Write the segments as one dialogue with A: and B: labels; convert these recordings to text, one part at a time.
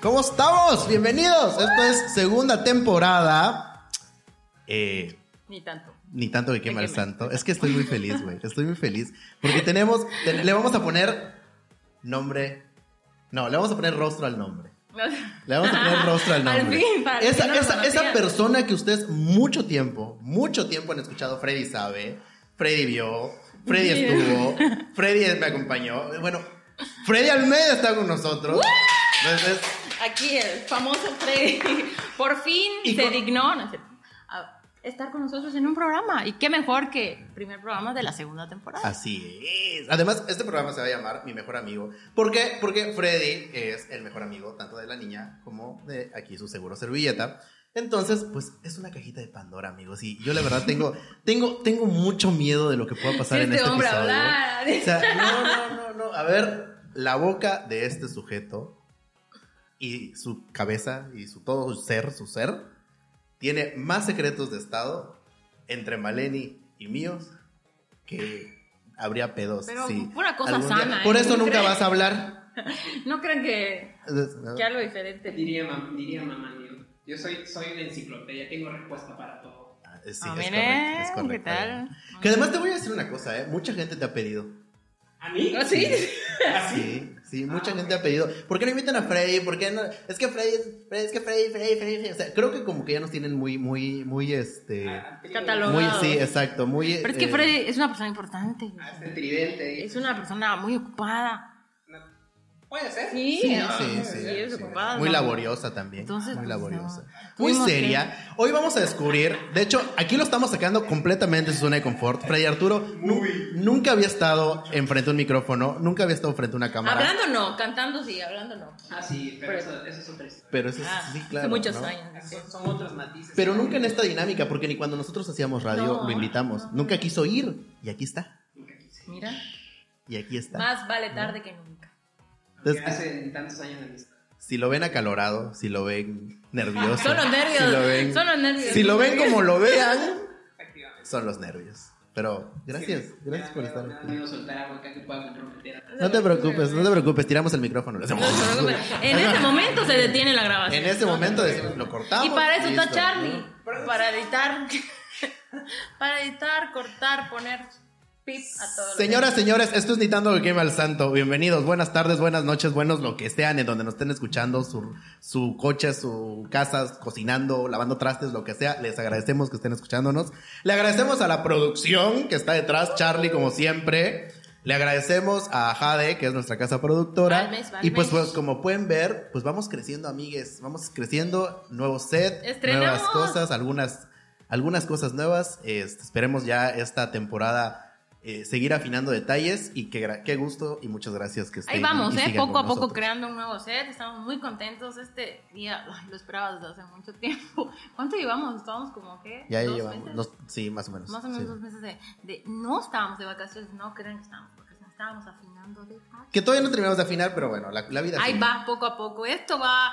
A: ¿Cómo estamos? Bienvenidos. Esto es segunda temporada. Eh,
B: Ni tanto.
A: ni tanto que quemar
B: quemes.
A: tanto. Es que estoy muy feliz, güey. Estoy muy feliz. Porque tenemos. te- le vamos a poner nombre. No, le vamos a poner rostro al nombre. Le vamos a poner rostro al nombre.
B: Al fin, para
A: esa,
B: que no lo
A: esa- esa
B: conocían.
A: persona que ustedes mucho tiempo, mucho tiempo han escuchado, Freddy sabe, Freddy vio, Freddy
B: Sí.
A: estuvo, Freddy me acompañó. Bueno, Freddy Almeida está con nosotros. Entonces,
B: Aquí el famoso Freddy por fin
A: Y
B: se
A: con-
B: dignó no sé, a estar con nosotros en un programa. Y qué mejor que el primer programa de la segunda
A: Ah,
B: temporada.
A: así es. Además, este programa se va a llamar Mi Mejor Amigo. ¿Por qué? Porque Freddy es el mejor amigo tanto de la niña como de aquí su seguro servilleta. Entonces, pues es una cajita de Pandora, amigos. Y yo la verdad tengo, tengo, tengo mucho miedo de lo que pueda pasar
B: Si
A: en
B: este
A: este
B: hombre
A: episodio.
B: hablara.
A: O sea, no, no, no, no. A ver, la boca de este sujeto y su cabeza y su todo su ser, su ser, tiene más secretos de estado entre Maleni y míos que habría pedos.
B: Pero
A: sí.
B: pura cosa
A: Algún día-
B: sana, ¿eh?
A: Por eso nunca
B: ¿Crees?
A: vas a hablar.
B: No crean que, que algo diferente.
C: Diría, mam- diría mamá mío. Yo soy, soy una enciclopedia, tengo respuesta para todo.
A: Ah, Sí, es
B: Ah,
A: correcto,
B: miren,
A: es correcto.
B: ¿qué tal? Ah,
A: Que además te voy a decir una cosa, ¿eh? Mucha gente te ha pedido.
C: ¿A mí?
B: ¿Ah, sí?
C: ¿Así?
A: Sí, sí, mucha
C: Ah,
A: gente ha pedido. ¿Por qué no invitan a Freddy? ¿Por qué no? Es que Freddy, es Freddy, es que Freddy, Freddy, Freddy, Freddy. O sea, creo que como que ya nos tienen muy, muy, muy este.
C: A- a-
B: Catálogo.
A: Muy,
B: Ahogados.
A: sí, exacto. Muy,
B: Pero es que
A: eh,
B: Freddy es una persona importante.
C: A este tridente.
B: Es una persona muy ocupada.
C: No. ¿Puede ser?
B: Sí,
A: Sí,
B: ¿no?
A: sí, sí,
B: es
C: sí.
B: ocupada.
A: Muy
B: ¿no?
A: laboriosa también.
B: Entonces,
A: muy
B: pues,
A: laboriosa.
B: no.
A: Muy
B: Tuvimos que-
A: seria. Hoy vamos a descubrir. De hecho, aquí lo estamos sacando completamente de su zona de confort. Freddy Arturo nu- nunca había estado enfrente a un micrófono, nunca había estado frente a una cámara.
B: Hablando no, cantando sí, hablando no.
C: Ah, sí, pero
B: Pero-
C: eso, esos son tres.
A: Pero eso es,
B: Ah,
A: sí, claro.
B: hace muchos
A: ¿no?
B: años.
C: Son, son otros matices.
A: Pero nunca en esta dinámica, porque ni cuando nosotros hacíamos radio
B: No.
A: lo invitamos. Nunca quiso ir. Y aquí está.
C: Nunca quise.
B: Mira,
A: Y aquí está.
B: más vale tarde que nunca.
C: Aunque
A: Entonces-
C: hacen tantos años de amistad.
A: Si lo ven acalorado, si lo ven nervioso.
B: Son los nervios.
A: Si lo ven,
B: Son los nervios.
A: si lo ven como lo vean.
C: Efectivamente.
A: son los nervios. Pero gracias,
C: Sí,
A: gracias
C: me
A: por
C: da-
A: estar
C: Me da
A: aquí.
C: miedo soltar algo acá que pueda comprometer a
A: No te preocupes, no te preocupes, tiramos el micrófono. lo hacemos.
B: No se preocupen. En ese momento se detiene la grabación.
A: En ese momento decimos, lo cortamos.
B: Y para eso está
A: listo,
B: Charlie.
A: ¿no?
B: Para editar. Para editar, cortar, poner pip a todo. lo que-
A: Señoras, señores, esto es Ni tanto que quema al santo. Bienvenidos, buenas tardes, buenas noches, buenos lo que sean, en donde nos estén escuchando, su, su coche, su casa, cocinando, lavando trastes, lo que sea. Les agradecemos que estén escuchándonos. Le agradecemos a la producción que está detrás, Charlie, como siempre. Le agradecemos a Jade, que es nuestra casa productora.
B: Valmes,
A: Y pues,
B: Valmes.
A: pues, como pueden ver, pues vamos creciendo, amigues. Vamos creciendo, nuevo set,
B: Estrenamos.
A: nuevas cosas, algunas, algunas cosas nuevas. Este, esperemos ya esta temporada eh, seguir afinando detalles y qué, gra- qué gusto y muchas gracias que estén.
B: Ahí vamos,
A: y
B: ¿eh?
A: sigan
B: Poco a
A: con
B: poco
A: nosotros.
B: creando un nuevo set. Estamos muy contentos. Este día ay, lo esperaba desde hace mucho tiempo. ¿Cuánto llevamos? Estábamos como que.
A: Ya
B: dos
A: llevamos,
B: meses.
A: dos- sí, más o menos.
B: Más o menos
A: sí.
B: dos meses de, de- No estábamos de vacaciones, no crean que estábamos de vacaciones. Estábamos afinando de
A: Que todavía no terminamos de afinar, pero bueno, la, la vida.
B: Ahí
A: sigue.
B: va, poco a poco. Esto va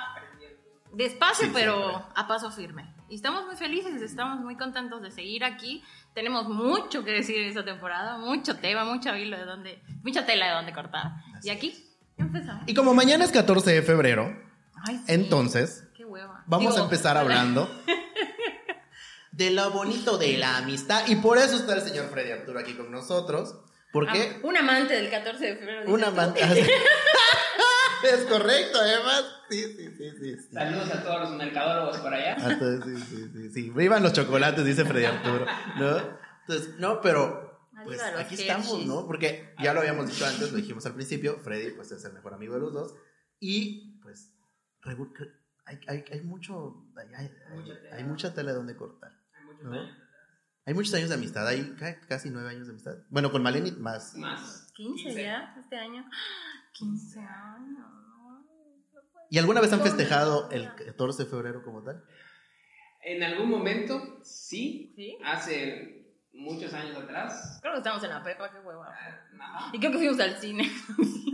B: despacio,
A: Sí,
B: pero
A: siempre.
B: a paso firme. Y estamos muy felices, estamos muy contentos de seguir aquí. Tenemos mucho que decir en esta temporada, mucho tema, mucho hilo de donde, mucha tela de donde cortar.
A: Así
B: y aquí empezamos.
A: Y como mañana es 14 de febrero,
B: Ay, sí,
A: entonces
B: qué hueva.
A: Vamos
B: Digo,
A: a empezar hablando de lo bonito de la amistad. Y por eso está el señor Freddy Arturo aquí con nosotros. Porque
B: ah, un amante del 14 de febrero. dices
A: una
B: Ah, tú.
A: amante. es correcto, además. Sí, sí, sí, sí. sí.
C: Saludos a todos los mercadólogos por allá.
A: Ah, entonces, sí, sí, sí, sí. Vivan los chocolates, dice Freddy Arturo. ¿No? Entonces, no, pero. Pues
B: Arriba los
A: aquí estamos,
B: Hershey's.
A: ¿no? Porque ya lo habíamos dicho antes, lo dijimos al principio. Freddy, pues es el mejor amigo de los dos. Y, pues, rebu- hay, hay, hay mucho. Hay, hay-
C: Mucha tela.
A: hay mucha tela donde cortar.
C: Hay
A: ¿No?
C: muchos años.
A: Hay muchos años de amistad, hay ca- casi nueve años de amistad. Bueno, con Maleni más.
C: Más.
B: 15 ya, este año. 15 años.
A: ¿Y alguna vez han festejado el 14 de febrero como tal?
C: En algún momento, sí,
B: ¿Sí?
C: hace muchos años atrás.
B: Creo que estamos en la pepa, qué hueva.
C: ah, no.
B: Y creo que fuimos al cine.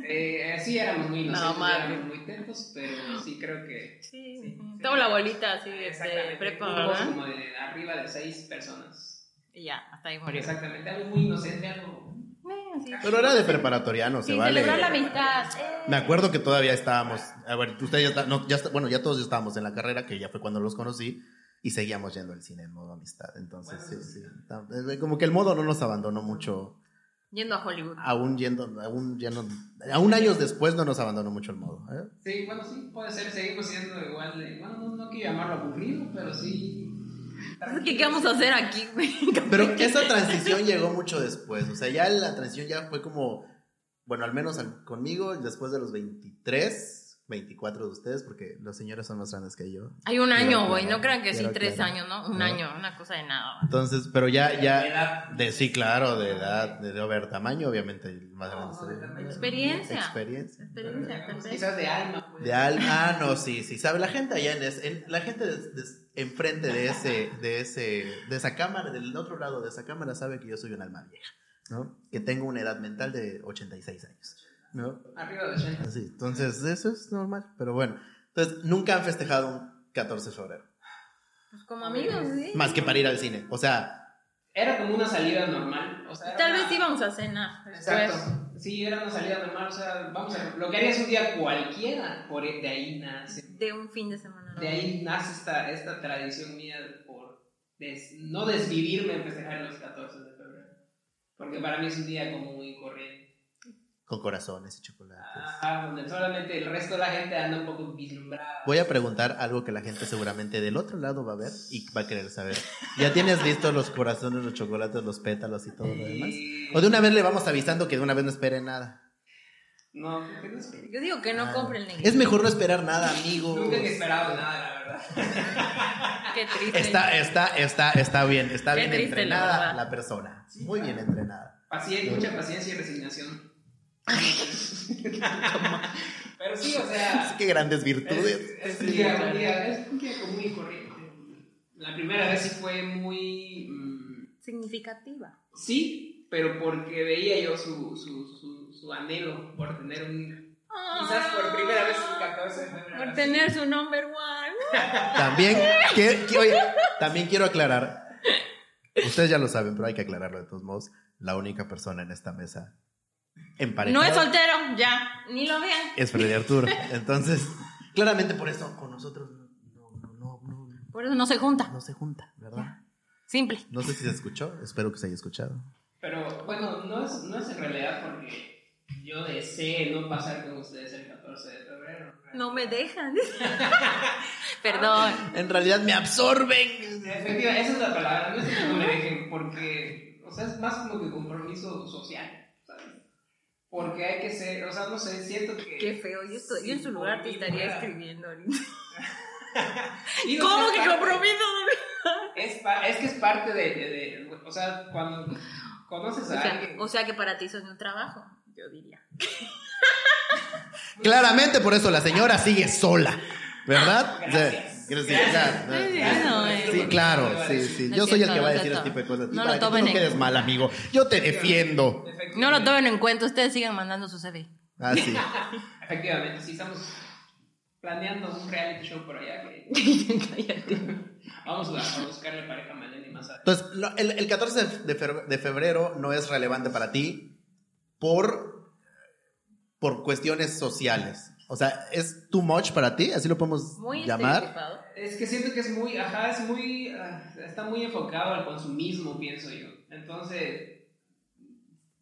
C: Eh, así éramos muy inocentes,
B: madre.
C: éramos muy tentos, pero sí creo que...
B: Sí,
C: Sí, sí.
B: Tengo la bolita así de- de,
C: Exactamente,
B: prepa,
C: grupos
B: ¿verdad?
C: como de arriba de seis personas.
B: Y ya, hasta ahí murió.
C: Exactamente, algo muy inocente, algo...
B: Eh, así,
C: Ajá,
A: Pero era de preparatoriano, se
B: Sin
A: vale.
B: celebrar la amistad. eh.
A: Me acuerdo que todavía estábamos, a ver, ustedes ya, está- no, ya está- bueno, ya todos estábamos en la carrera, que ya fue cuando los conocí, y seguíamos yendo al cine en modo amistad. Entonces, sí, sí, tam- eh, como que el modo no nos abandonó mucho,
B: Yendo a Hollywood.
A: aún yendo, aún yendo, aún años después no nos abandonó mucho el modo. ¿eh?
C: Sí, bueno, sí, puede ser, seguimos siendo igual de. Bueno, no, no hay que llamarlo aburrido, pero sí.
B: Entonces, ¿Qué, qué vamos a hacer aquí, güey?
A: Pero esa transición llegó mucho después, o sea, ya la transición ya fue como, bueno, al menos al- conmigo, después de los 23, 24 de ustedes, porque los señores son más grandes que yo.
B: Hay un año,
A: Claro,
B: güey. No
A: claro,
B: crean que sí,
A: claro,
B: tres
A: claro.
B: años, ¿no? Un
A: No.
B: año, una cosa de nada. güey.
A: Entonces, pero ya, ya,
C: Edad.
A: De sí, claro, de edad, de, de over tamaño, obviamente, el más grande.
C: No, Oh, de tamaño.
B: Experiencia.
A: Experiencia.
B: Experiencia, perfecto.
C: Quizás de alma, pues.
A: De alma, ah, no, sí, sí, sabe, la gente allá en, es- en- la gente des- des- enfrente de ese, de ese, de esa cámara, del otro lado de esa cámara sabe que yo soy un alma vieja, ¿no? Que tengo una edad mental de 86 años, ¿no?
C: Arriba de 80.
A: Así, entonces eso es normal, pero bueno. Entonces, nunca han festejado un 14 de febrero,
B: Pues como amigos, sí.
A: más que para ir al cine, o sea,
C: Era como una salida normal. O sea, era
B: Tal
C: una-
B: vez íbamos a cenar.
C: Exacto.
B: después.
C: Sí, era una salida normal. O sea, vamos a. Lo que harías un día cualquiera. Por, de ahí nace.
B: De un fin de semana. ¿no?
C: De ahí nace esta, esta tradición mía por des- no desvivirme en festejar los 14 de febrero. Porque para mí es un día como muy corriente.
A: con corazones y chocolates.
C: Ajá, donde solamente el resto de la gente anda un poco vislumbrada.
A: Voy a preguntar algo que la gente seguramente del otro lado va a ver y va a querer saber. ¿Ya tienes visto los corazones, los chocolates, los pétalos y todo lo demás?
C: Y-
A: O de una vez le vamos avisando que de una vez no espere nada.
C: No, creo que no esperé.
B: Yo digo que no
A: Ah,
B: compren negro.
A: Es mejor no esperar nada, amigo.
C: Nunca he esperado nada, la verdad.
B: Qué triste.
A: Está, eh, está, está, está bien, está
B: Qué
A: bien
B: triste, la
A: entrenada
B: verdad.
A: la persona.
C: Sí,
A: Muy
C: claro.
A: bien entrenada.
C: Paciencia, mucha paciencia y resignación. Pero sí, o sea.
A: Qué grandes virtudes.
C: Es, es un día, un día- es un día común y corriente. La primera vez sí fue muy. mm,
B: Significativa.
C: sí, pero porque veía yo su, su, su, su anhelo por tener un. Quizás por primera vez un 14 de febrero.
B: Ah, Por tener su number one.
A: También, que- que- oye, también quiero aclarar. Ustedes ya lo saben, pero hay que aclararlo de todos modos. La única persona en esta mesa
B: No
A: emparejada
B: es soltero, ya. Ni lo vean.
A: es Freddy Arturo. Entonces, claramente por eso con nosotros no, no, no, no,
B: Por eso no se junta.
A: no se junta, ¿verdad?
B: Simple.
A: No sé si se escuchó, espero que se haya escuchado.
C: Pero bueno, no es, no es en realidad porque yo deseé no pasar con ustedes el 14 de febrero.
B: No me dejan. Perdón.
A: En realidad me absorben.
C: Efectivamente, esa es la palabra. No es que no me dejen, porque, o sea, es más como que compromiso social, ¿sabes? Porque hay que ser, o sea, no sé, siento que.
B: Qué feo. Yo, estoy- yo en su lugar te
C: Sí,
B: estaría
C: fuera.
B: escribiendo ahorita.
C: Digo,
B: ¿Cómo
C: es
B: que
C: parte-
B: compromiso?
C: Es, pa- es que es parte de, de- de- O sea, cuando conoces
B: O
C: a
B: sea,
C: alguien.
B: o sea que para ti son un trabajo, yo diría.
A: Claramente por eso la señora sigue sola, ¿verdad?
C: Gracias.
A: Sí, gracias, ya,
B: Gracias.
A: ya.
B: Gracias. no, eh.
A: Sí, claro, sí, sí. Yo soy el que va a decir este tipo de cosas. Tú, para que tú No quedes mal, amigo. Yo te defiendo.
C: Efectivamente,
A: Mm.
B: No lo tomen en cuenta, ustedes sigan mandando su CV.
A: Ah, sí.
C: Efectivamente, sí, estamos planeando un reality show por allá. que-
B: Cállate.
C: Vamos a, a buscarle pareja a Malena y más adelante.
A: Entonces, no, el, el 14 de fe- de febrero no es relevante para ti por, por cuestiones sociales. O sea, es too much para ti, así lo podemos
B: Muy
A: llamar.
B: estereotipado.
C: Es que siento que es muy, ajá, es muy, ah, está muy enfocado al consumismo, pienso yo. Entonces,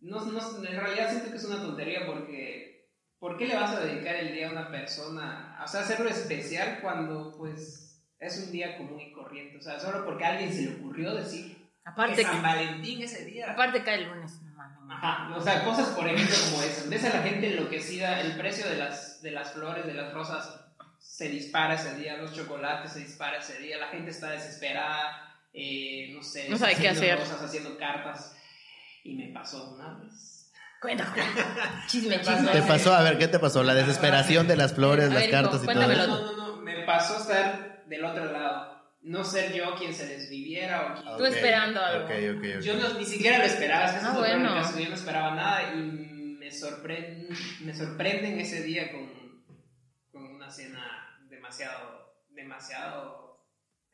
C: no, no, en realidad siento que es una tontería porque, ¿por qué le vas a dedicar el día a una persona? O sea, hacerlo especial cuando, pues, es un día común y corriente. O sea, solo porque a alguien se le ocurrió decir que
B: Aparte,
C: San Valentín ese día.
B: aparte cae el lunes, no mames.
C: Ajá, o sea, cosas por ejemplo como esas. Ves a la gente enloquecida, el precio de las, de las flores, de las rosas se dispara ese día, los chocolates se dispara ese día, la gente está desesperada, eh, no sé,
B: No sabe qué
C: haciendo
B: hacer.
C: Cosas, haciendo cartas. Y me pasó una vez.
B: Cuenta, cuenta. Chisme,
C: Te
B: chisme.
A: ¿Te pasó? A ver, ¿qué te pasó? La desesperación de las flores,
B: A
A: las
B: ver,
A: cartas y
B: hijo,
A: todo.
B: cuéntamelo.
A: eso.
C: No, no, no, me pasó estar del otro lado, no ser yo quien se desviviera o quien
A: Ah,
B: Tú esperando algo.
A: Ok, ok, ok.
C: Yo no- ni siquiera lo esperaba, es que eso
B: Ah,
C: es lo peor del
B: bueno.
C: caso, Yo no esperaba nada y me, sorprend, me sorprenden ese día con, con una cena demasiado, demasiado...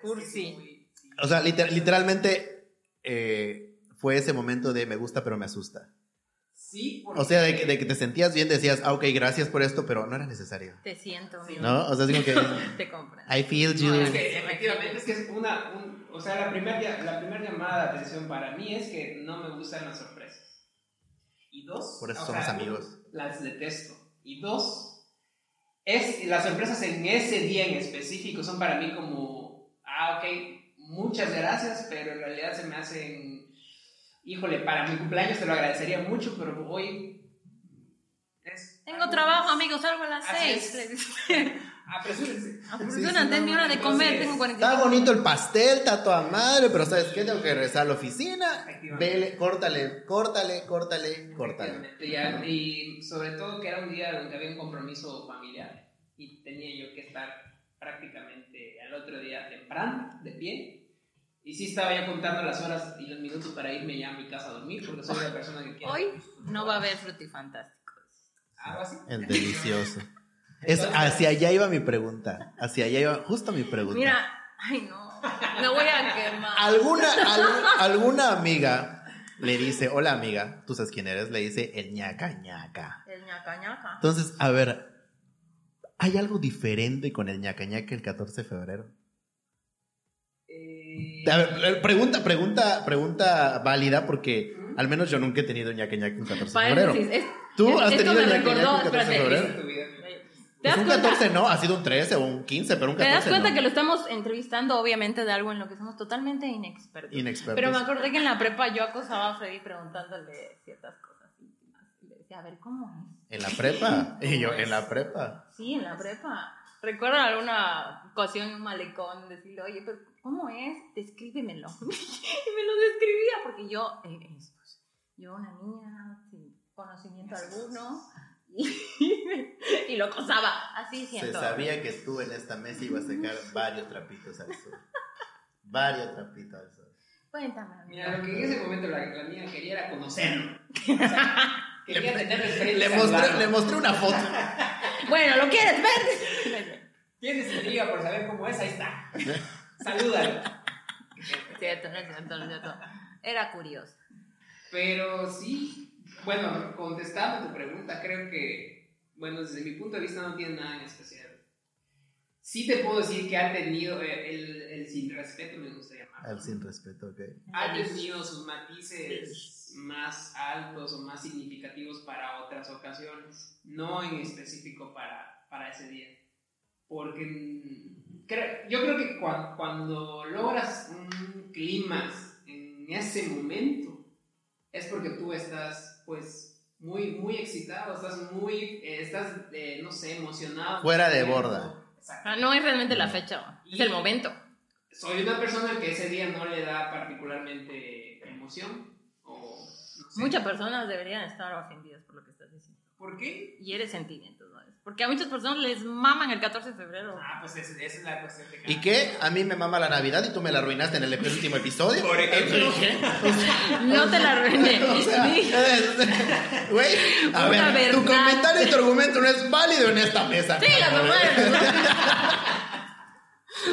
B: Cursi.
C: muy-
A: O sea, liter- literalmente eh, fue ese momento de me gusta pero me asusta.
C: Sí, porque...
A: O sea, de que, de que te sentías bien, decías, ah, ok, gracias por esto, pero no era necesario.
B: Te siento,
C: Sí.
A: ¿No? O sea, es como que,
B: te compras.
A: I feel
C: No, es
A: you.
C: que efectivamente es que es una, un- o sea, la primera la primer llamada de atención para mí es que no me gustan las sorpresas. Y dos,
A: Por eso
C: o
A: somos
C: sea,
A: amigos.
C: Las detesto. Y dos, es las sorpresas en ese día en específico son para mí como, ah, ok, muchas gracias, pero en realidad se me hacen, híjole, para mi cumpleaños te lo agradecería mucho, pero hoy es-
B: Tengo trabajo, amigo, salgo a las
C: Así
B: seis.
C: es. Apresúrense.
B: Afortunadamente es mi hora de comer,
C: Entonces,
B: pues tengo 40.
A: Está bonito el pastel, está toda madre, pero ¿sabes qué? Tengo que regresar a la oficina.
C: Efectivamente.
A: Vele, córtale, córtale, córtale, córtale.
C: Efectivamente, ya, y sobre todo que era un día donde había un compromiso familiar y tenía yo que estar prácticamente al otro día temprano, de pie. Y sí estaba ya contando las horas y los minutos para irme ya a mi casa a dormir porque soy una persona que quiere
B: Hoy no va a haber frutifantásticos.
C: algo así.
A: Es delicioso. Es, hacia allá iba mi pregunta. Hacia allá iba justo mi pregunta.
B: Mira, ay no, me voy a quemar.
A: alguna, al- alguna amiga le dice, hola amiga, tú sabes quién eres, le dice el ñaca ñaca.
B: El ñaca ñaca.
A: Entonces, a ver, ¿hay algo diferente con el ñaca ñaca el 14 de febrero?
C: Eh,
A: A ver, eh, pregunta, pregunta, pregunta válida porque
C: Ujú.
A: al menos yo nunca he tenido ñaca ñaca el 14 de febrero.
B: Paréntesis, es-
A: ¿Tú
B: es-
A: has
B: esto
A: tenido
B: me
A: ñaca
B: recordó,
A: ñaca el 14 de
B: espérate.
A: febrero?
C: tu vida.
B: ¿Te das
A: Pues un
B: cuenta?
A: 14 no, ha sido un 13 o un 15, pero un
B: ¿Te
A: 14
B: das cuenta
A: no.
B: que lo estamos entrevistando, obviamente, de algo en lo que somos totalmente inexpertos?
A: Inexpertos.
B: Pero me acordé que en la prepa yo acosaba a Freddy preguntándole ciertas cosas íntimas. Y le decía, a ver, ¿cómo es?
A: En la prepa. Y yo, en la prepa.
B: Sí, en la
A: Pues
B: prepa. ¿Recuerdan alguna ocasión en un malecón decirle, oye, pero ¿cómo es? Descríbemelo. y me lo describía porque yo, eh, eh, pues, yo una niña sin conocimiento alguno y, y lo acosaba. Así
A: Se
B: siento.
A: sabía que tú en esta mesa ibas a sacar varios trapitos al sol. varios trapitos al sol.
B: Cuéntame. amiga.
C: Mira, lo que en ese momento la, la niña quería era conocerlo. O sea, quería tener la experiencia. al lado.
A: mostré una foto.
B: Bueno, ¿lo quieres ver?
C: Tienes intriga por saber cómo es, ahí está. Salúdalo.
B: cierto, no es cierto, no es cierto. Era curioso.
C: Pero sí, bueno, contestando tu pregunta, creo que, bueno, desde mi punto de vista no tiene nada en especial. Sí te puedo decir que ha tenido eh, el, el sin respeto, me gusta llamarlo.
A: Al sin respeto, ok.
C: Ha tenido sus matices más altos o más significativos para otras ocasiones, no en específico para, para ese día. Porque mm, cre- yo creo que cua- cuando logras un clima en ese momento, es porque tú estás, pues, muy, muy excitado, estás muy, eh, estás, eh, no sé, emocionado.
A: Fuera de borda.
C: Exacto
B: Ah, No es realmente la fecha, es el momento.
C: soy una persona que ese día no le da particularmente emoción o no sé.
B: Muchas personas deberían estar ofendidas por lo que estás diciendo.
C: ¿Por qué?
B: Y eres sentimientos, ¿no? Porque a muchas personas les maman el 14 de febrero.
C: Ah, pues es- esa es la cuestión de cada-
A: ¿Y qué? A mí me mama la Navidad y tú me la arruinaste en el ep- último episodio.
C: Por ejemplo.
B: No te la arruiné.
A: O sea,
B: Sí.
A: es- Güey, a
B: Una
A: ver, tu
B: verdad.
A: comentario y tu argumento no es válido en esta mesa.
B: Sí, la mamá de los dos.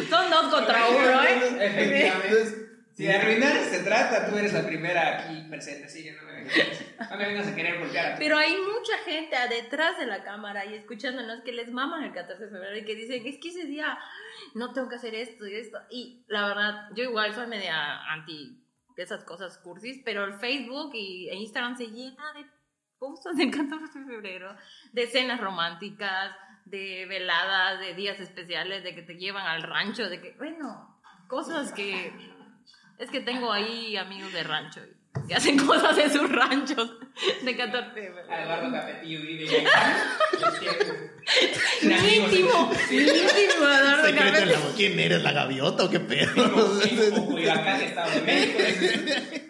B: Son dos contra uno, ¿eh?
C: Efectivamente. Si de arruinar se trata, tú eres la primera aquí presente, así que no me vengas, no me vengas a querer voltear a ti.
B: Pero hay mucha gente a detrás de la cámara y escuchándonos que les maman el 14 de febrero y que dicen, es que ese día no tengo que hacer esto y esto. Y la verdad, yo igual soy media anti de esas cosas cursis, pero el Facebook y e Instagram se llena de postas del 14 de febrero, de cenas románticas, de veladas, de días especiales, de que te llevan al rancho, de que, bueno, cosas que... Es que tengo ahí amigos de rancho y que hacen cosas en sus ranchos de 14 de febrero.
C: A Eduardo Capetillo vive en el-
B: Íntimo, íntimo, Eduardo
A: Secreto en
B: Carpete.
A: la voz. ¿Quién eres? ¿La gaviota o qué pedo?
C: O Culiacán, Estado de México. dices,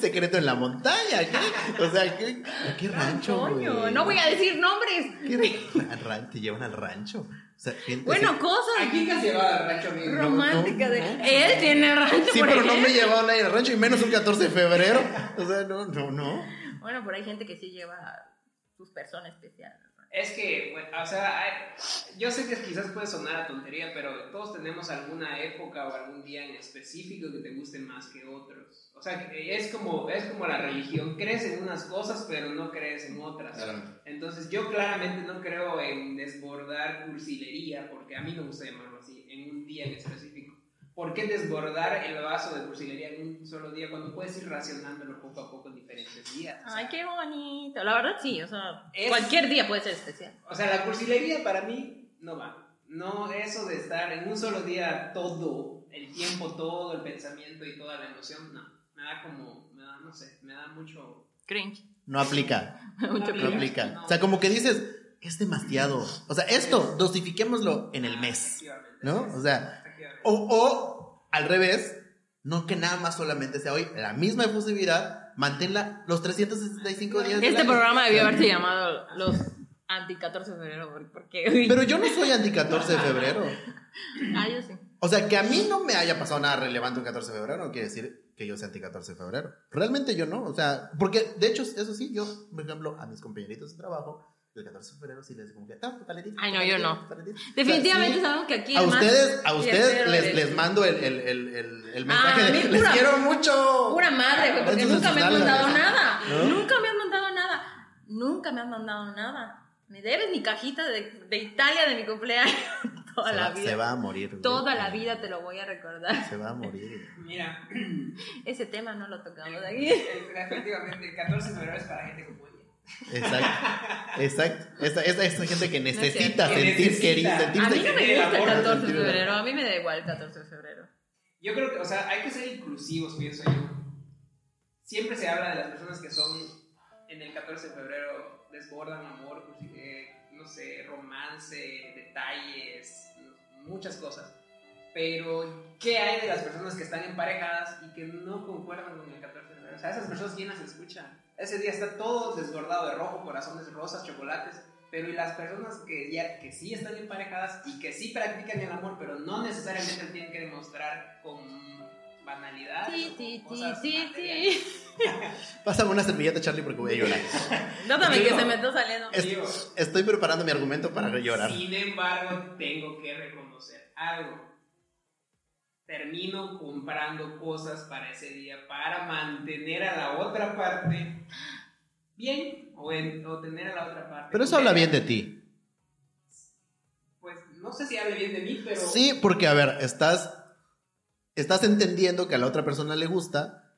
A: Secreto en la montaña. ¿qué? O sea, ¿qué, qué rancho?
B: Ah, Coño,
A: güey?
B: no voy a decir nombres.
A: ¿Qué ra- ra- te llevan al rancho? O sea, gente-
B: Bueno,
C: ¿A
B: cosas
C: quién te has llevado al rancho amigo?
B: románticas. de-
A: no, no.
B: Él tiene rancho,
A: sí,
B: por
A: pero no me
B: ejemplo.
A: llevaban nadie al rancho y menos un 14 de febrero. O sea, no, no, no.
B: Bueno, pero hay gente que sí lleva a sus personas especiales. ¿no?
C: Es que, bueno, o sea, hay- yo sé que quizás puede sonar a tontería, pero todos tenemos alguna época o algún día en específico que te guste más que otros. O sea, que es como, es como la religión, crees en unas cosas pero no crees en otras.
A: Claro.
C: Entonces yo claramente no creo en desbordar cursilería, porque a mí me gusta llamarlo así, en un día en específico. ¿Por qué desbordar el vaso de cursilería en un solo día cuando puedes ir racionándolo poco a poco en diferentes días? O sea,
B: Ay, qué bonito. La verdad sí, o sea,
C: Es-
B: cualquier día puede ser especial.
C: O sea, la cursilería para mí no va. No, eso de estar en un solo día todo, el tiempo, todo el pensamiento y toda la emoción, no. Me da como, me da, no sé, me da mucho...
B: Cringe.
A: No aplica,
B: Mucho
A: no
C: Aplica.
B: cringe.
A: aplica.
C: No.
A: O sea, como que dices, es demasiado. O sea, esto, dosifiquémoslo en el mes.
C: Efectivamente,
A: ¿no? Oh.
C: sí,
A: O sea,
C: efectivamente.
A: O, o, al revés, no que nada más solamente sea hoy, la misma efusividad, manténla los 365 días. del
B: Este
A: año.
B: programa debió haberse llamado Los Anti 14 de febrero, porque- porque... uy.
A: Pero yo no soy anti 14 de febrero.
B: Ah, yo sí.
A: O sea, que a mí no me haya pasado nada relevante un 14 de febrero no quiere decir que yo sea anti 14 de febrero. Realmente yo no, o sea, porque de hecho, eso sí, yo, por ejemplo, a mis compañeritos de trabajo, el 14 de febrero sí les digo, ah, paletita,
B: Ay, no, yo no.
A: paletita".
B: Definitivamente
A: O sea, sí,
B: sabemos que aquí...
A: A
B: el más
A: ustedes, a ustedes
B: fiestero
A: les,
B: eres
A: les
B: tú.
A: mando el, el, el, el- el mensaje
B: Ah, a
A: de,
B: mí
A: les
B: pura-
A: quiero mucho.
B: Pura madre, güey, porque
A: Entonces,
B: nunca me has
A: nalgas.
B: mandado nada.
A: ¿No?
B: Nunca me has mandado nada. Nunca me has mandado nada. Me debes mi cajita de, de Italia de mi cumpleaños. Toda
A: se,
B: la
A: va,
B: vida.
A: se va a morir. güey.
B: Toda la vida te lo voy a recordar.
A: Se va a morir.
C: Mira,
B: Ese tema no lo tocamos
C: el-
B: aquí.
C: efectivamente, el 14 de febrero es para gente como ella.
A: Exacto. Exacto. Esa, esa, esa gente que
B: es cierto.
A: necesita
C: Que
A: sentir
C: necesita.
A: querido,
B: A mí
A: sentirse
B: no me
C: El
B: gusta el
C: amor
B: 14 de
A: sentido.
B: febrero. A mí me da igual el 14 de febrero.
C: Yo creo que, o sea, hay que ser inclusivos, pienso yo. Siempre se habla de las personas que son en el 14 de febrero, desbordan amor, cursi- eh, no sé, romance, detalles, muchas cosas. Pero, ¿qué hay de las personas que están emparejadas y que no concuerdan con el 14 de febrero? O sea, esas personas, ¿quién las escucha? Ese día está todo desbordado de rojo, corazones rosas, chocolates. Pero y las personas que, ya, que sí están emparejadas y que sí practican el amor, pero no necesariamente tienen que demostrar con banalidad.
B: Sí, sí, sí, sí, sí.
A: Pásame una servilleta, Charlie, porque voy a llorar.
B: Notame que
C: Digo,
B: se me está saliendo.
A: Es- Estoy preparando mi argumento para llorar.
C: Sin embargo, tengo que reconocer algo. Termino comprando cosas para ese día para mantener a la otra parte bien o, en- o tener a la otra parte.
A: Pero eso habla bien de ti.
C: Pues no sé si habla bien de mí, pero.
A: Sí, porque, a ver, estás, estás entendiendo que a la otra persona le gusta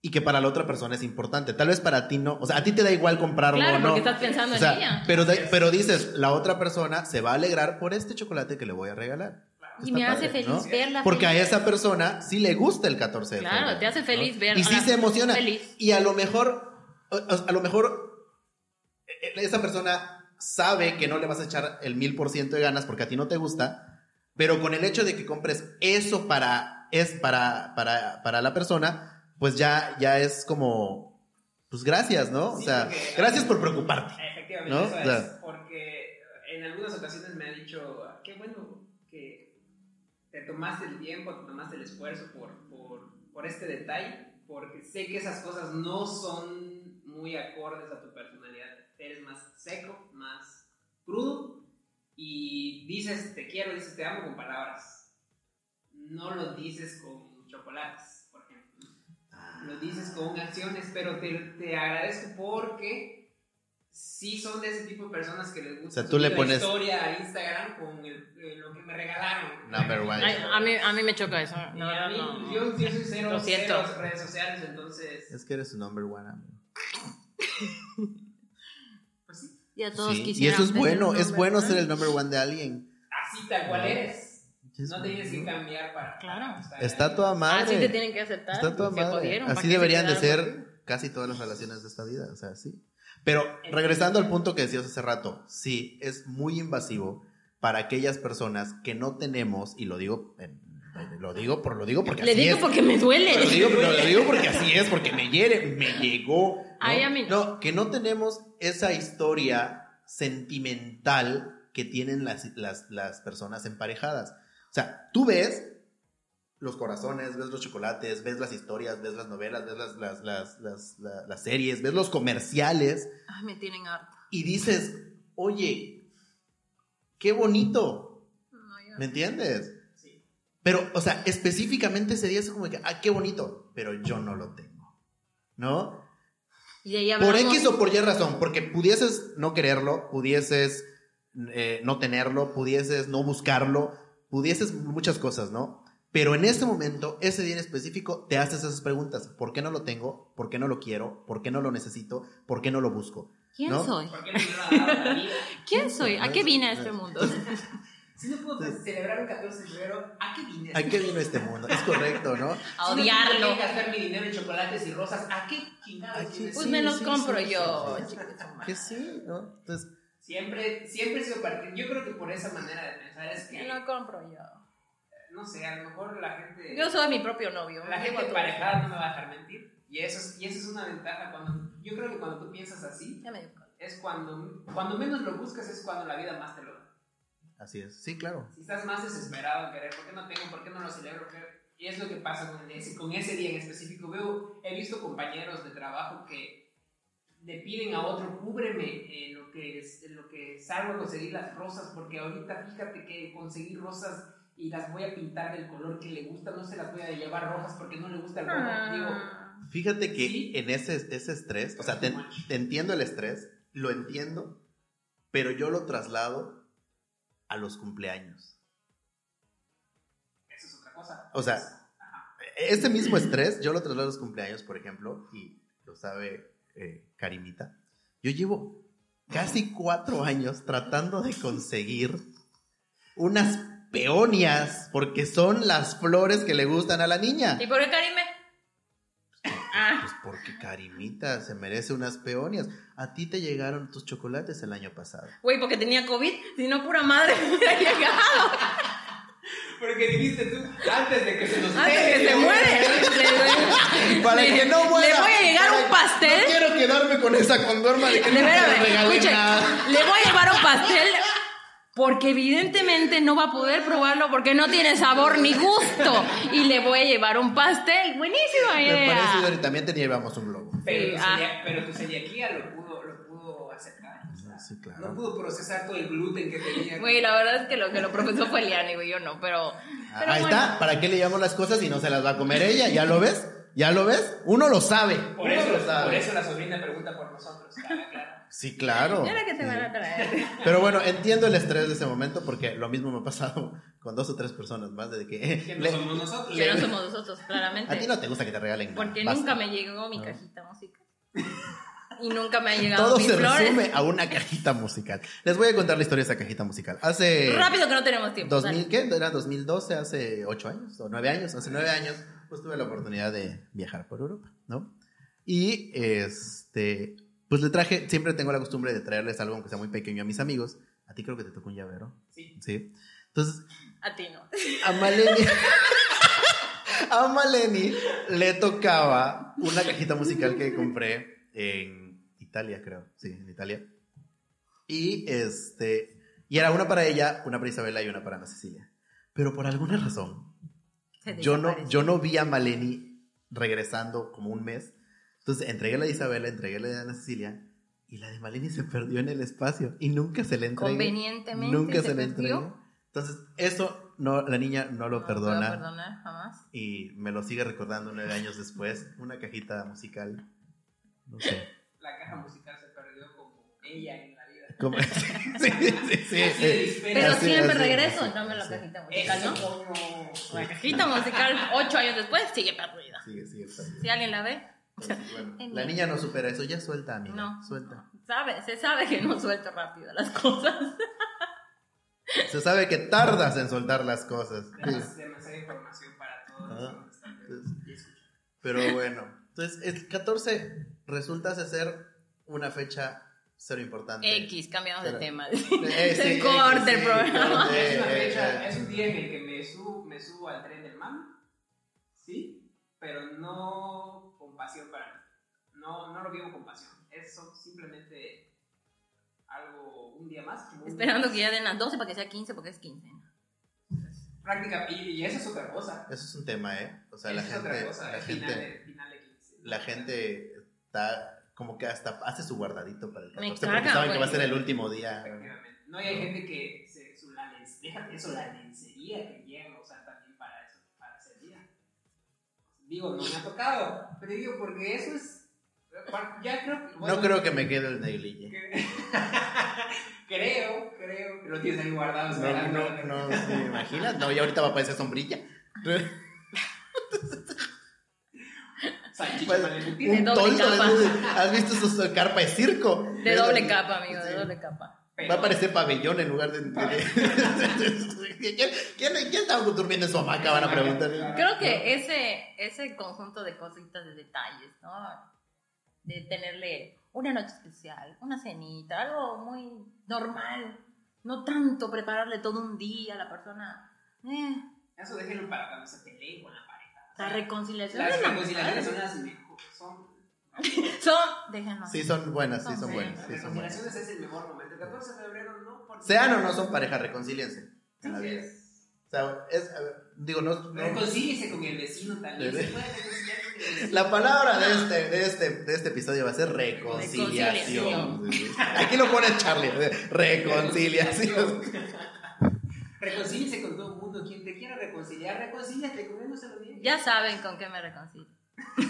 A: y que para la otra persona es importante. Tal vez para ti no. O sea, a ti te da igual comprarlo o
B: Claro,
A: no.
B: porque estás pensando
A: O
B: en
A: sea,
B: ella.
A: pero, de- pero dices, la otra persona se va a alegrar por este chocolate que le voy a regalar.
B: Y
A: está
B: me hace
A: padre,
B: feliz
A: ¿no?
B: verla.
A: Porque a
B: feliz.
A: esa persona sí le gusta el 14 de
B: Claro,
A: febrero,
B: te hace
A: ¿no?
B: feliz ver
A: Y
B: a
A: sí
B: la
A: se emociona.
B: feliz.
A: Y a lo mejor, o- o- a lo mejor, eh, eh, esa persona sabe que no le vas a echar el mil por ciento de ganas porque a ti no te gusta, pero con el hecho de que compres eso para, es para, para, para la persona, pues ya, ya es como, pues gracias, ¿no? O
C: Sí,
A: sea,
C: porque-
A: gracias por preocuparte.
C: Efectivamente,
A: ¿No?
C: eso
A: O
C: es.
A: sea-
C: Porque en algunas ocasiones me ha dicho, "Ah, qué bueno que te tomaste el tiempo, te tomaste el esfuerzo por, por, por este detalle, porque sé que esas cosas no son muy acordes a tu personalidad. Eres más seco, más crudo y dices te quiero, dices te amo con palabras. No lo dices con chocolates, por ejemplo
A: Ah.
C: lo dices con acciones, pero te, te agradezco porque sí son de ese tipo de personas que les gusta
A: O sea, tú
C: subir
A: le
C: la
A: pones-
C: historia a Instagram con el- eh, lo que me regalaron.
A: Number one.
B: Ay, a, mí, a mí me choca eso.
C: Y
B: No,
C: a mí,
B: no, no.
C: Yo, yo soy cero,
B: Lo siento.
C: cero redes sociales, entonces...
A: Es que eres su number one amigo.
C: Pues sí,
B: Y a todos
A: Sí, Y
B: quisieran
A: eso es
B: tener
A: bueno,
B: un
A: es
B: hombre,
A: bueno
B: ¿no?
A: ser el number one de alguien.
C: así tal cual eres.
A: Es
C: No tienes que
A: bueno.
C: cambiar para...
B: Claro.
C: para
A: Está
C: estar
A: toda madre.
B: Así Ah, te tienen que aceptar.
A: Está toda
B: Se
A: madre.
B: jodieron, ¿para
A: Así
B: qué se
A: deberían de
B: quedaron
A: ser casi todas las relaciones de esta vida, o sea, sí. Pero regresando al punto que decías hace rato, sí, es muy invasivo para aquellas personas que no tenemos, y lo digo, en- lo digo por lo digo porque
B: Le
A: así
B: digo
A: es.
B: porque me duele.
A: Lo digo, pero lo digo porque así es, porque me hiere, me llegó. ¿no?
B: Ay, a mí no.
A: No, que no tenemos esa historia sentimental que tienen las, las, las personas emparejadas. O sea, tú ves los corazones, ves los chocolates, ves las historias, ves las novelas, ves las, las, las, las, la- las series, ves los comerciales
B: Ay, me tienen harta.
A: y dices, oye, qué bonito.
B: No, yo-
A: ¿Me entiendes?
C: Sí.
A: Pero, o sea, específicamente ese día es como que, ah, qué bonito, pero yo no lo tengo. ¿No?
B: Y de ahí
A: Por
B: hablamos-
A: X o por Y razón, porque pudieses no quererlo, pudieses eh, no tenerlo, pudieses no buscarlo, pudieses muchas cosas, ¿no? Pero en ese momento, ese día en específico, te haces esas preguntas. ¿Por qué no lo tengo? ¿Por qué no lo quiero? ¿Por qué no lo necesito? ¿Por qué no lo busco?
B: ¿Quién
A: ¿no?
B: soy?
C: ¿Por qué no me lo ha dado la vida?
B: ¿Quién soy? ¿A qué vine a
A: Sí.
B: este mundo?
D: Si no puedo pues, celebrar el 14 de febrero, ¿a qué vine?
A: ¿A qué vino este mundo? Es correcto, ¿no?
B: A
C: Si no tengo
B: odiarlo.
C: que gastar mi dinero en chocolates y rosas. ¿A qué chingados?
A: ¿A qué?
C: tienes?
A: Ah,
B: Pues
A: Sí,
B: me los
A: sí,
B: compro
A: sí,
B: yo.
A: sí, sí.
B: chicos, su madre.
A: Que sí, ¿no? Entonces,
C: Siempre, siempre he sido partir. Yo creo que por esa manera de pensar es
B: Me
C: que,
B: lo compro yo.
C: no sé, a lo mejor la gente.
B: Yo soy mi propio novio.
C: La
B: me
C: gente
B: llevo todo.
C: emparejada no me va a dejar mentir. Y eso es, y eso es una ventaja. cuando Yo creo que cuando tú piensas así,
B: Ya me dio cuenta.
C: es cuando, cuando menos lo buscas, es cuando la vida más te lo da.
A: así es. Sí, claro.
C: Si estás más desesperado en querer, ¿por qué no tengo? ¿Por qué no lo celebro? ¿Qué- Y es lo que pasa con ese, con ese día en específico. Veo, he visto compañeros de trabajo que le piden a otro, cúbreme eh, lo, que, es- lo que salgo a conseguir las rosas, porque ahorita fíjate que conseguí rosas y las voy a pintar del color que le gusta, no se las voy a llevar rojas porque no le gusta el rojo. Digo,
B: Ah,
A: Fíjate que
C: Sí.
A: en ese, ese estrés, o sea, te, te entiendo el estrés, lo entiendo, pero yo lo traslado a los cumpleaños.
C: Eso es otra cosa.
A: O sea, Este mismo estrés, yo lo traslado a los cumpleaños, por ejemplo, y lo sabe eh, Karimita. Yo llevo casi cuatro años tratando de conseguir unas peonias, porque son las flores que le gustan a la niña.
B: ¿Y por qué Karime? Ah,
A: Pues porque Karimita se merece unas peonias. A ti te llegaron tus chocolates el año pasado.
B: güey, porque tenía COVID. Si no, pura madre me hubiera llegado.
C: Porque dijiste tú, antes de que se nos
B: Antes que se muere. Le- le-
A: Para
B: le-
A: que no muera.
B: Le voy a llegar
A: Para-
B: un pastel.
A: No quiero quedarme con esa condorma de que
B: De
A: no
B: veras,
A: me regalé
B: escuche,
A: nada.
B: le voy a llevar un pastel porque evidentemente no va a poder probarlo porque no tiene sabor ni gusto. Y le voy a llevar un pastel. Buenísima
A: Me
B: idea.
A: parece que también te llevamos un globo.
C: Pero,
B: Ah.
C: celia- pero tu celiaquía lo pudo, lo pudo aceptar. o sea,
A: Sí, claro.
C: No pudo procesar todo el gluten que tenía.
B: Güey, la verdad es que lo que lo profesó fue Liani, güey, yo no, pero... pero
A: Ah, Ahí
B: bueno.
A: está, ¿para qué le llamo las cosas y no se las va a comer ella? ¿Ya lo ves? ¿Ya lo ves? Uno lo sabe.
C: Por
A: Uno
C: eso,
A: lo
C: por eso la sobrina pregunta por nosotros. Clara, Clara.
A: Sí, claro.
B: Mira que te
A: Sí.
B: van a traer.
A: Pero bueno, entiendo el estrés de ese momento porque lo mismo me ha pasado con dos o tres personas más de que... eh,
C: Que no
A: le-
C: somos nosotros.
B: Que no somos nosotros, claramente.
A: a ti no te gusta que te regalen nada,
B: Porque
A: basta.
B: nunca me llegó mi
A: No.
B: cajita musical. Y nunca me ha llegado
A: Todo
B: mis
A: se
B: flores.
A: resume a una cajita musical. Les voy a contar la historia de esa cajita musical. Hace...
B: Rápido que no tenemos tiempo.
A: 2000,
B: dale.
A: ¿Qué? Era 2012, hace 8 años o 9 años. Hace 9 años, pues tuve la oportunidad de viajar por Europa, ¿no? Y este, pues le traje, siempre tengo la costumbre de traerles algo, aunque sea muy pequeño, a mis amigos. A ti creo que te tocó un llavero.
C: Sí.
A: Sí. Entonces,
B: A ti no.
A: a Maleni, a Maleni le tocaba una cajita musical que compré en Italia, creo. Sí, en Italia. Y este, y era una para ella, una para Isabela y una para Ana Cecilia. Pero por alguna razón,
B: Se
A: yo no,
B: desapareció.
A: yo no vi a Maleni regresando como un mes. Entonces entregué la de Isabela, entregué la de Ana Cecilia y la de Maleni se perdió en el espacio y nunca se le entregué.
B: Convenientemente.
A: Nunca se, le
B: perdió.
A: entregó. Entonces, eso no, la niña no lo
B: No te voy a
A: perdona
B: perdonar jamás.
A: y me lo sigue recordando nueve años después. Una cajita musical. No sé.
C: La caja musical se perdió como ella en la vida.
A: ¿Cómo? sí, sí, sí,
C: Así de
A: sí.
C: dispera.
B: Pero
A: así,
B: siempre
A: así,
B: regreso.
A: así,
B: Dame la
A: así.
B: cajita musical,
C: Eso
B: ¿no?
C: como-
B: La cajita musical, ocho años después, sigue perdida.
A: Sigue, sigue, está bien.
B: Si alguien la ve,
A: Entonces, bueno,
B: En
A: la
B: mi-
A: niña no supera eso. Ya suelta, amiga.
B: No.
A: Suelta.
B: sabe, se sabe que no suelto rápido las cosas.
A: Se sabe que tardas en soltar las cosas. Sí.
C: Demas- Demasiada información para todos.
A: Ah.
C: ¿no? Está bien.
A: Entonces,
C: Y escucha.
A: Pero bueno. Entonces, el 14 resulta ser una fecha cero importante.
B: X, cambiamos de
A: Pero-
B: tema.
A: Eh,
B: Se
A: sí,
B: corta
A: sí,
B: el
A: sí,
B: programa.
A: sí,
C: Es una
A: eh,
C: fecha,
A: eh.
C: es un día en el que me subo, me subo al tren del mame, sí, pero no con pasión para mí. No, no lo vivo con pasión. Es so- simplemente algo, un día más. como un-
B: Esperando que ya den las 12 para que sea 15, porque es 15.
C: Práctica, y, y eso es otra cosa.
A: Eso es un tema, ¿eh? O sea,
C: Eso
A: la
C: es otra
A: gente,
C: cosa.
A: la
C: el final
A: gente,
C: de- final de 15.
A: la gente está como que hasta hace su guardadito para el
B: Me
A: 14
B: caga,
A: porque saben que va a ser
B: güey.
A: el último día.
C: Efectivamente. No, y hay gente que se, su la les- déjate eso, la lencería que lleva, o sea, también para eso, para ese día. Digo, no me ha tocado, pero digo, porque eso es. Ya creo que. bueno,
A: No creo que me quede el neglige.
C: que- creo, creo que lo tienes ahí guardado.
A: No,
C: esperando.
A: no, no, sí, ¿me imaginas? No, y ahorita va a aparecer sombrilla.
C: Salchicha
A: Pues,
C: valentina.
A: Un
B: doble
A: toldo.
B: capa.
A: eso de- ¿Has visto su carpa de circo?
B: De doble capa, amigo, de
A: Sí.
B: doble capa.
A: Va a aparecer pabellón en lugar de. de- ¿Quién, quién, quién estaba durmiendo en su hamaca? Van a preguntar.
B: Creo que ese, ese conjunto de cositas, de detalles, ¿no? De tenerle una noche especial, una cenita, algo muy normal. No tanto prepararle todo un día a la persona. Eh,
C: Eso déjenlo para cuando se peleen con la pareja.
B: la reconciliación
C: Las
B: es la
C: reconciliaciones
B: madre.
C: son las mejores. Son.
B: Son, déjenlo.
A: Sí, son buenas, sí, son
B: Sí,
A: buenas. Sí,
C: Las
A: son buenas.
C: reconciliaciones es el mejor momento. El 14 de febrero no. porque-
A: Sean o no son pareja, reconcíliense. En la
C: Así
A: vida.
C: es.
A: O sea, es, a ver, digo, no, no-
C: Reconcíliese pues con el vecino también. Se puede reconciliar con el vecino.
A: Eh. La palabra de este, de este, de este episodio va a ser reconciliación. Aquí lo pone Charlie. ¿eh? Reconciliación.
C: Reconcíliese con todo el mundo. Quien te quiera reconciliar, reconcíliate. Coméndoselo bien.
B: Ya saben con qué me reconcilio.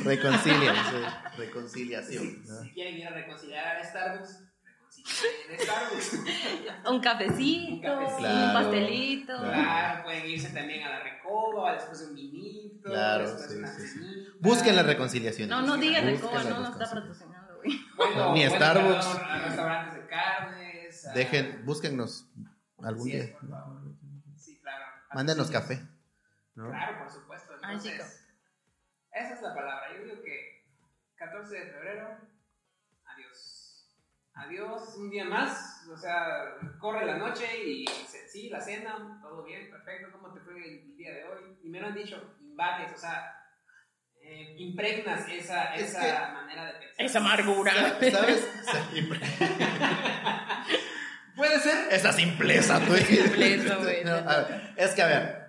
A: Reconciliación. sí, Reconciliación.
C: Si,
A: ¿no?
C: si quieren ir a reconciliar a Starbucks, reconcilien en Starbucks.
B: Un cafecito, un,
C: Un cafecito.
A: Claro,
B: pastelito.
C: Claro, pueden irse también a la recoba, después un vinito.
A: Claro,
C: después
A: sí,
C: una
A: sí, sí.
C: cenita.
A: Busquen la reconciliación.
B: No, no digan
A: Busquen
B: recoba,
A: la
B: no nos está
A: reconciliación.
B: patrocinando, güey.
C: Bueno,
A: Ni
C: bueno,
A: Starbucks.
C: perdón, A restaurantes de carnes. a-
A: Dejen, búsquennos algún
C: Así es,
A: día.
C: por favor. Sí, claro.
A: Mándenos café. ¿no?
C: Claro, por supuesto.
B: Ay,
C: Entonces,
B: chico.
C: esa es la palabra. Yo digo que 14 de febrero, adiós. Adiós, un día más. O sea, corre la noche y se- sí, la cena, todo bien, perfecto. ¿Cómo te fue el día de hoy? Y me lo han dicho, invades, o sea, eh, impregnas esa,
A: Es
C: esa
A: que-
C: manera de pensar.
B: Esa amargura.
A: ¿Sabes? Sí,
C: Puede ser.
A: Esa simpleza, güey.
B: Simpleza, güey.
A: No, a ver, es que, a ver,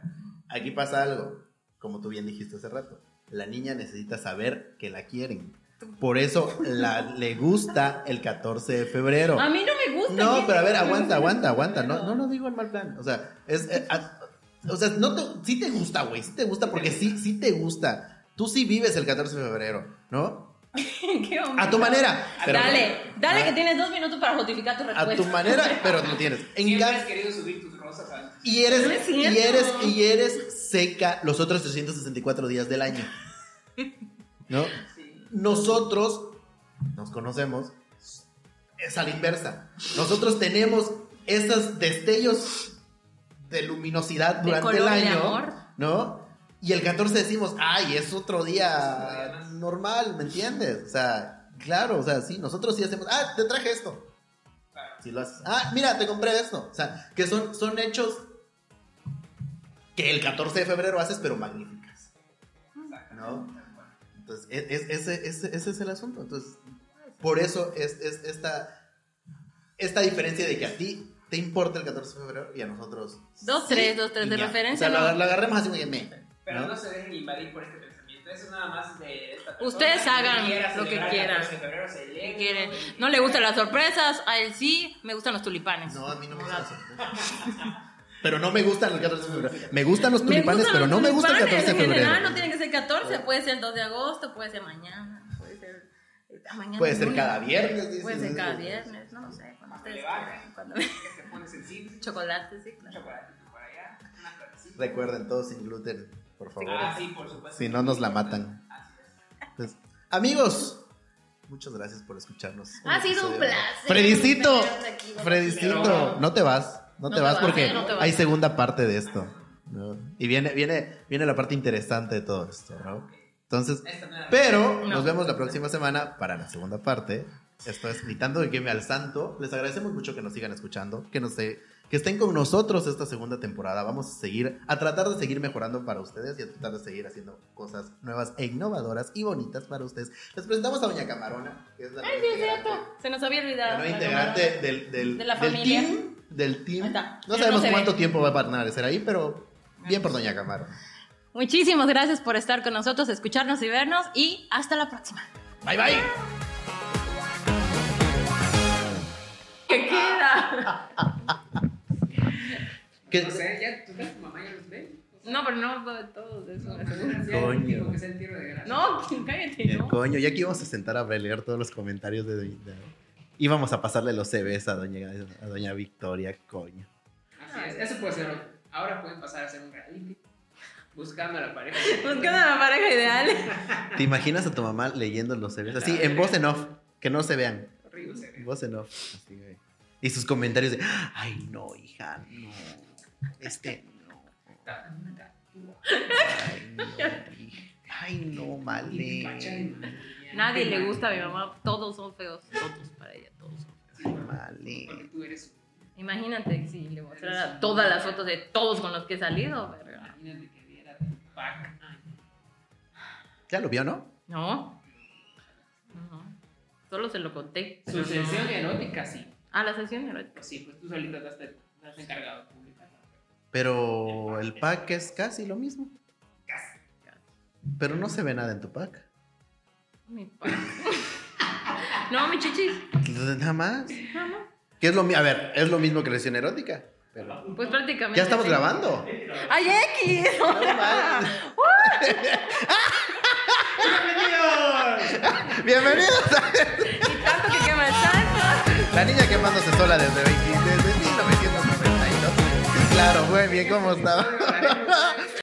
A: aquí pasa algo. Como tú bien dijiste hace rato. La niña necesita saber que la quieren. Por eso la, le gusta el 14 de febrero.
B: A mí no me gusta.
A: No,
B: ¿quién
A: pero a
B: dice
A: ver,
B: que no me
A: aguanta,
B: gusta?
A: aguanta, aguanta. No, no, no digo el mal plan. O sea, es. eh, a- o sea, no te- sí te gusta, güey. Sí te gusta porque sí, sí te gusta. Tú sí vives el 14 de febrero, ¿no?
B: ¿Qué hombre?
A: A tu manera. pero-
B: dale, dale
A: Ah.
B: que tienes dos minutos para justificar tu respuesta.
A: A tu manera, pero no tienes. En
C: Siempre has
A: cambio,
C: querido subir tus rosas a
A: y
B: No es
A: eres,
B: cierto.
A: y eres, y eres seca los otros 364 días del año. ¿No?
C: sí.
A: nosotros nos conocemos es a la inversa. Nosotros tenemos esos destellos de luminosidad
B: De
A: durante el
B: color, de
A: año,
B: amor.
A: ¿no? Y el 14 decimos, ay, es otro
C: Es otro día
A: día
C: más".
A: normal, ¿me entiendes? O sea, claro, o sea, sí, nosotros sí hacemos, ah, te traje esto.
C: Claro.
A: Si lo haces, ah, mira, te compré esto. O sea, que son, son hechos que el 14 de febrero haces, pero magníficas.
C: Exactamente.
A: Entonces, es- es- ese, ese- ese es el asunto. Entonces, por eso es, es esta, esta diferencia de que a ti te importa el 14 de febrero y a nosotros.
B: Dos, tres, dos, tres, de
A: y ya.
B: referencia,
A: O sea,
B: no.
A: lo, lo agarremos así, güey, me.
C: Pero
A: ¿no?
C: ¿no? se dejen invadir por este pensamiento. Eso nada más de esta persona.
B: Ustedes
C: Si
B: hagan
C: quiera
B: lo que
C: celebrar el
B: quieran.
C: 14 de febrero, celebren.
B: ¿Qué quieren? No le gustan las sorpresas, a él sí, me gustan los tulipanes.
A: No, a mí no me gusta Pero no me gustan el 14 de febrero. Me gustan los
B: Me
A: tulipanes,
B: gustan
A: pero
B: los
A: no me gusta el
B: tulipanes,
A: 14 de
B: en general,
A: febrero.
B: no tiene que ser 14, puede ser el 2 de agosto, puede ser mañana, puede ser esta mañana.
A: Puede ser
B: lunes.
A: cada viernes, dices.
B: Puede ser cada viernes, no sé. Cuando
C: Cuando le
B: ustedes
C: bajan,
B: quieran,
C: cuando
B: cuando-
C: te pones sensible,
B: Chocolate, sí,
C: un
B: claro.
C: chocolatito por allá, una florecita.
A: Recuerden, todos sin gluten, por favor.
C: Ah, sí, por supuesto.
A: Si no, nos la matan.
C: Así es.
A: Entonces, amigos, muchas gracias por escucharnos.
B: Ha sido un
A: episodio
B: placer.
A: más. Fredicito,
B: tenerlos aquí, vamos.
A: Fredicito,
C: Pero-
A: no te vas, no, te vas porque
B: eh, no te vas.
A: hay segunda parte de esto. ¿no? Y viene, viene, viene la parte interesante de todo esto, ¿no? Entonces,
C: Esta me la-
A: pero
B: No.
A: nos vemos la próxima semana para la segunda parte. Esto es gritando de queme al santo. Les agradecemos mucho que nos sigan escuchando, que nos eh, que estén con nosotros esta segunda temporada. Vamos a seguir a tratar de seguir mejorando para ustedes y a tratar de seguir haciendo cosas nuevas e innovadoras y bonitas para ustedes. Les presentamos a Doña Camarona, que es la nueva
B: Sí, es
A: integrante,
B: cierto, se nos había
A: la
B: olvidado.
A: nueva
B: la
A: integrante del, del-
B: De la
A: del
B: familia.
A: team, del team.
B: Ahí está.
A: No
B: Ya
A: sabemos
B: no se
A: cuánto
B: ve.
A: tiempo va a permanecer ahí, pero bien por Doña Camarona.
B: Muchísimas gracias por estar con nosotros, escucharnos y vernos y hasta la próxima.
A: Bye bye.
C: Bye. ¿Qué?
E: ¿Qué?
C: No sé, ya, ¿tú ves? tu mamá ya los ve?
B: No, pero no hablo de todos. de eso.
C: No, pues, ya,
A: Coño.
C: digo que sea el tiro de gracia.
B: No, cállate,
A: El
B: no.
A: coño, ya que íbamos a sentar a leer todos los comentarios de, de- Íbamos a pasarle los CVs a doña, a doña Victoria, coño.
C: Así es, eso puede ser. hoy. Ahora pueden pasar a ser un reality. Buscando a la pareja.
B: Buscando la pareja ideal.
A: ¿Te imaginas a tu mamá leyendo los CVs? Así, en voz en off, que no se vean.
C: Horrible sería.
A: En voz en off. así, güey. Y sus comentarios de, ay no, hija, no. Este no. Ay no, hija. Ay, no,
C: Y
A: male.
C: pacha de María.
B: Nadie
C: De
B: le
C: María.
B: gusta a mi mamá. Todos son feos. Todos para ella, todos son feos.
A: Ay, male.
C: Porque tú eres.
B: Imagínate si le mostrara todas las fotos de todos con los que he salido, verga.
C: Imagínate que viera tu pack.
B: Ah,
C: Ay,
A: Ya lo vio, ¿no?
B: ¿No? No, no. Solo se lo conté. pero
C: Su
B: no.
C: sesión erótica, sí.
B: Ah, la sesión erótica.
C: Pues sí, pues tú solito te has, te has encargado de publicarla.
A: Pero el pack es casi lo mismo.
C: Casi.
A: Pero no se ve nada en tu pack.
B: Mi padre. no, mi chichis.
A: Entonces, Nada más. ¿Qué es lo mi- A ver, es lo mismo que lesión erótica. Pero...
B: Pues prácticamente.
A: Ya estamos
B: sí.
A: grabando.
B: ¡Ay, X!
A: mames. Bienvenidos a
B: y tanto que quema el santo.
A: La niña quemándose sola desde, 20 desde 1992. Sí, claro, muy bien, ¿cómo estaba?